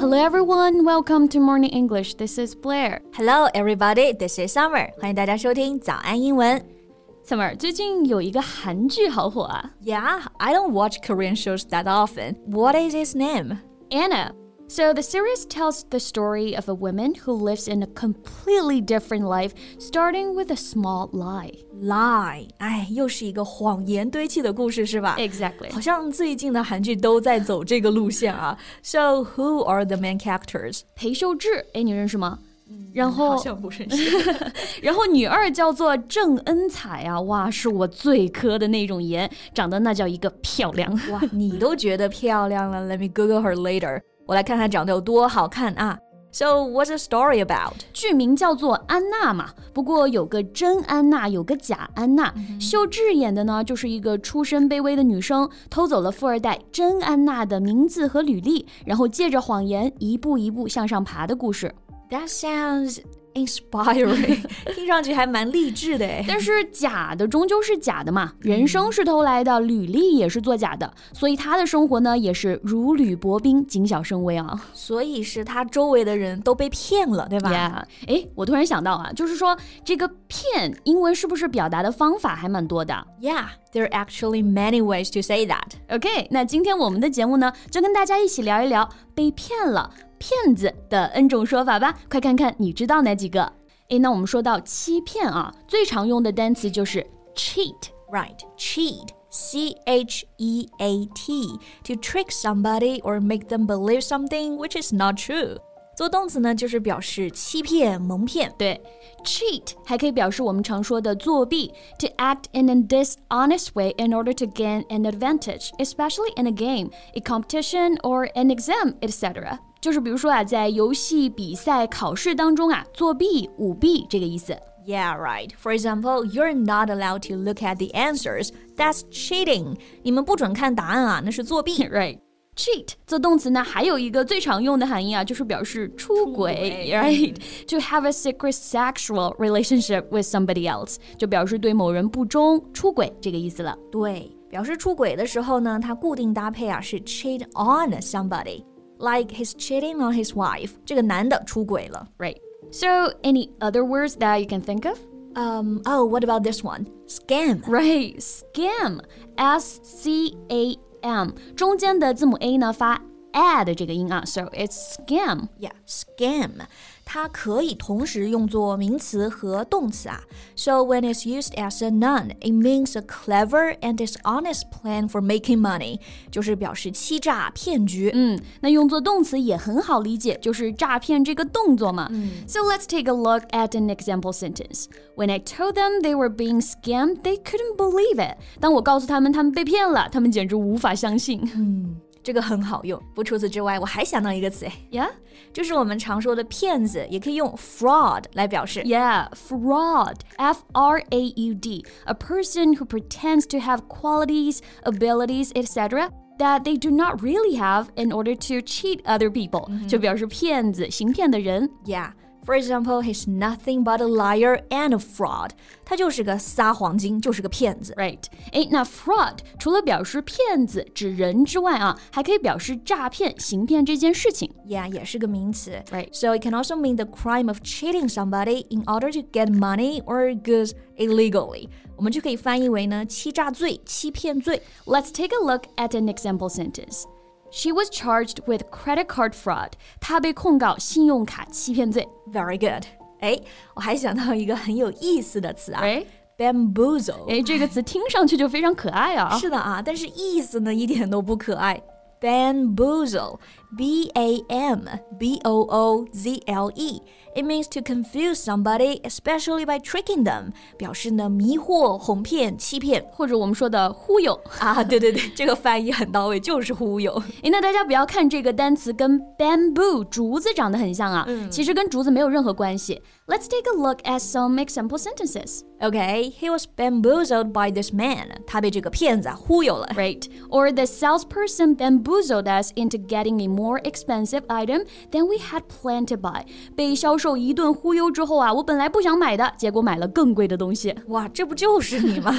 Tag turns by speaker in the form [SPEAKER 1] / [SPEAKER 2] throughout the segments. [SPEAKER 1] Hello everyone, welcome to Morning English. This is Blair.
[SPEAKER 2] Hello, everybody. This is Summer. 欢迎大家收听早安英文。
[SPEAKER 1] Summer，最近有一个韩剧好火啊
[SPEAKER 2] Yeah, I don't watch Korean shows that often. What is its name?
[SPEAKER 1] ，Anna. So the series tells the story of a woman who lives in a completely different life, starting with a small lie.
[SPEAKER 2] Lie. 哎，又是一个谎言堆砌的故事，是吧
[SPEAKER 1] Exactly.
[SPEAKER 2] 好像最近的韩剧都在走这个路线啊。So who are the main characters?
[SPEAKER 1] 裴秀智，哎，你认识吗？然后，
[SPEAKER 2] 不认识。
[SPEAKER 1] 然后女二叫做郑恩彩啊，哇，是我最磕的那种颜，长得那叫一个漂亮。
[SPEAKER 2] 哇，你都觉得漂亮了？Let me Google her later. 我来看看长得有多好看啊。So what's the story about?
[SPEAKER 1] 剧名叫做安娜嘛，不过有个真安娜，有个假安娜。
[SPEAKER 2] 嗯
[SPEAKER 1] 秀智演的呢，就是一个出身卑微的女生，偷走了富二代真安娜的名字和履历，然后借着谎言一步一步向上爬的故事。
[SPEAKER 2] That sounds inspiring，听 上去还蛮励志的哎。
[SPEAKER 1] 但是假的终究是假的
[SPEAKER 2] 嗯
[SPEAKER 1] 嘛，人生是偷来的，履历也是作假的，所以她的生活呢也是如履薄冰，谨小慎微啊。
[SPEAKER 2] 所以是他周围的人都被骗了，对吧
[SPEAKER 1] Yeah，哎，我突然想到啊，就是说这个骗英文是不是表达的方法还蛮多的？啊
[SPEAKER 2] Yeah, there are actually many ways to say that.
[SPEAKER 1] OK，那今天我们的节目呢，就跟大家一起聊一聊被骗了、骗子的 N 种说法吧。快看看你知道哪几个？诶，那我们说到欺骗啊，最常用的单词就是 cheat。
[SPEAKER 2] Right, cheat. C H E A T to trick somebody or make them believe something which is not true. 做动词呢，就是表示欺骗、蒙骗。
[SPEAKER 1] 对，cheat 还可以表示我们常说的作弊，to act in a dishonest way in order to gain an advantage, especially in a game, a competition or an exam, etc. 就是比如说啊，在游戏、比赛、考试当中啊，作弊、舞弊这个意思。
[SPEAKER 2] Yeah, right. For example, you're not allowed to look at the answers. That's cheating. 你们不准看答案啊，那是作弊。
[SPEAKER 1] right。Cheat 做动词呢，还有一个最常用的含义啊，就是表示出轨
[SPEAKER 2] 轨
[SPEAKER 1] r i g h t To have a secret sexual relationship with somebody else，就表示对某人不忠、出轨这个意思了。
[SPEAKER 2] 对，表示出轨的时候呢，它固定搭配啊是 cheat on somebody。Like he's cheating on his wife，这个男的出轨了。
[SPEAKER 1] Right. So, any other words that you can think of?
[SPEAKER 2] 嗯、o h w h a t about this one? Scam.
[SPEAKER 1] Right. Scam. S C A M. 中间的字母 A 呢发 a 的这个音啊，so it's scam.
[SPEAKER 2] Yeah, scam. 它可以同时用作名词和动词啊。So when it's used as a noun, it means a clever and dishonest plan for making money，就是表示欺诈、骗局。
[SPEAKER 1] 嗯，那用作动词也很好理解，就是诈骗这个动作嘛。So let's take a look at an example sentence. When I told them they were being scammed, they couldn't believe it. 当我告诉他们他们被骗了，他们简直无法相信。
[SPEAKER 2] 这个很好用。不，除此之外，我还想到一个词，哎
[SPEAKER 1] Yeah.
[SPEAKER 2] 就是我们常说的骗子，也可以用 fraud 来表示。
[SPEAKER 1] Yeah, fraud. F R A U D. A person who pretends to have qualities, abilities, etc. that they do not really have in order to cheat other people. 就表示骗子、行骗的人。
[SPEAKER 2] Yeah. For example, he's nothing but a liar and a fraud. 他就是个撒谎精，就是个骗子。
[SPEAKER 1] Right. 哎，那 fraud 除了表示骗子、指人之外啊，还可以表示诈骗、行骗这件事情。
[SPEAKER 2] Yeah，也是个名词。
[SPEAKER 1] Right.
[SPEAKER 2] So it can also mean the crime of cheating somebody in order to get money or goods illegally. 我们就可以翻译为呢欺诈罪、欺骗罪。
[SPEAKER 1] Let's take a look at an example sentence. She was charged with credit card fraud. 她被控告信用卡欺骗罪。
[SPEAKER 2] Very good. 哎，我还想到一个很有意思的词啊
[SPEAKER 1] 哎。
[SPEAKER 2] ，bamboozle。
[SPEAKER 1] 哎，这个词听上去就非常可爱啊！
[SPEAKER 2] 是的啊，但是意思呢一点都不可爱。Bamboozle，B A M B O O Z L E，it means to confuse somebody, especially by tricking them，表示呢迷惑、哄骗、欺骗
[SPEAKER 1] 或者我们说的忽悠。
[SPEAKER 2] 啊。对对对，这个翻译很到位，就是忽悠。
[SPEAKER 1] 哎，那大家不要看这个单词跟 bamboo 竹子长得很像啊，其实跟竹子没有任何关系。Let's take a look at some example sentences,
[SPEAKER 2] OK，he、was bamboozled by this man，他被这个骗子啊忽悠了。
[SPEAKER 1] right? Or the salesperson bamboozled us into getting a more expensive item than we had planned to buy。被销售一顿忽悠之后啊，我本来不想买的，结果买了更贵的东西。
[SPEAKER 2] 哇，这不就是你吗？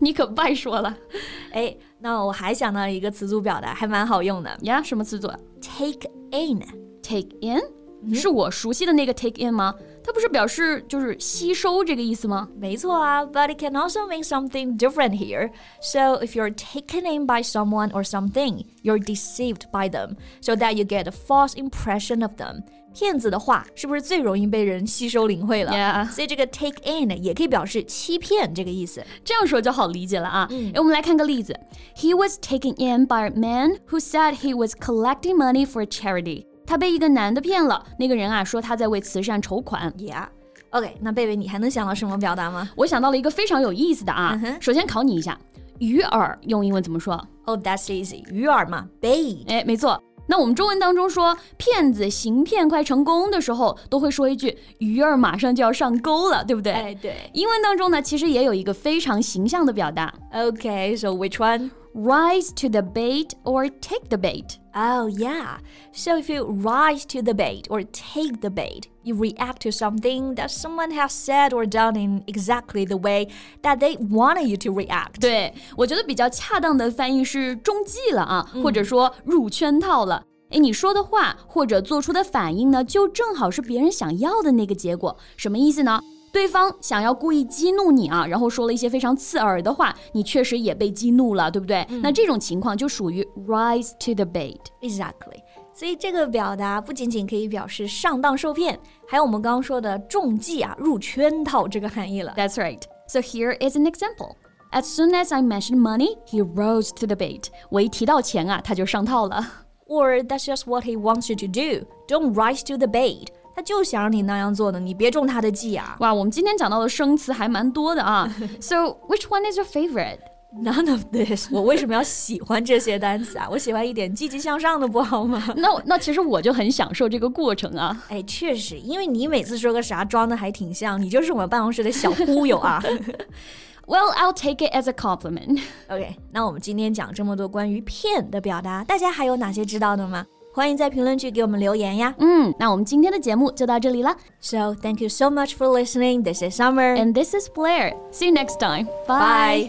[SPEAKER 1] 你可别说了
[SPEAKER 2] 哎，那我还想到一个词组表达，还蛮好用的
[SPEAKER 1] 呀，什么词组啊
[SPEAKER 2] ，take in。
[SPEAKER 1] ？Take in、是我熟悉的那个 take in 吗？它不是表示就是吸收这个意思吗？
[SPEAKER 2] 没错啊，but it can also mean something different here. So if you're taken in by someone or something, you're deceived by them, so that you get a false impression of them. 骗子的话是不是最容易被人吸收领会了
[SPEAKER 1] Yeah.
[SPEAKER 2] 所以这个 take in 也可以表示欺骗这个意思。
[SPEAKER 1] 这样说就好理解了啊。
[SPEAKER 2] 嗯
[SPEAKER 1] 哎，我们来看个例子：He was taken in by a man who said he was collecting money for charity。他被一个男的骗了，那个人啊说他在为慈善筹款。
[SPEAKER 2] Yeah. OK，那贝贝，你还能想到什么表达吗？
[SPEAKER 1] 我想到了一个非常有意思的啊
[SPEAKER 2] 嗯哼
[SPEAKER 1] 首先考你一下，鱼饵用英文怎么说？
[SPEAKER 2] Oh, that's easy. 鱼饵嘛，bait。
[SPEAKER 1] 哎，没错。那我们中文当中说骗子行骗快成功的时候，都会说一句“鱼儿马上就要上钩了”，对不对？
[SPEAKER 2] 哎，对。
[SPEAKER 1] 英文当中呢，其实也有一个非常形象的表达
[SPEAKER 2] Okay, so which one?
[SPEAKER 1] ：rise to the bait or take the bait。
[SPEAKER 2] Oh, yeah. So if you rise to the bait or take the bait, you react to something that someone has said or done in exactly the way that they wanted you to react.
[SPEAKER 1] 对，我觉得比较恰当的翻译是中计了啊，或者说入圈套了。哎，你说的话或者做出的反应呢，就正好是别人想要的那个结果。什么意思呢？对方想要故意激怒你啊，然后说了一些非常刺耳的话，你确实也被激怒了，对不对？那这种情况就属于 rise to the bait。
[SPEAKER 2] Exactly. 所以这个表达不仅仅可以表示上当受骗，还有我们刚刚说的中计啊、入圈套这个含义了。
[SPEAKER 1] That's right. So here is an example. As soon as I mentioned money, he rose to the bait. 我一提到钱啊，他就上套了。
[SPEAKER 2] Or that's just what he wants you to do. Don't rise to the bait. 他就想让你那样做的，你别中他的计啊。
[SPEAKER 1] 哇，我们今天讲到的生词还蛮多的啊。so which one is your favorite?
[SPEAKER 2] None of this，我为什么要喜欢这些单词啊？我喜欢一点积极向上的，不好吗？
[SPEAKER 1] 那我那其实我就很享受这个过程啊。
[SPEAKER 2] 哎，确实，因为你每次说个啥装的还挺像，你就是我们办公室的小忽悠啊。
[SPEAKER 1] Well, I'll take it as a compliment.
[SPEAKER 2] OK，那我们今天讲这么多关于骗的表达，大家还有哪些知道的吗？欢迎在评论区给我们留言呀。
[SPEAKER 1] 嗯，那我们今天的节目就到这里了。
[SPEAKER 2] So thank you so much for listening. This is Summer.
[SPEAKER 1] And this is Blair. See you next time.
[SPEAKER 2] bye.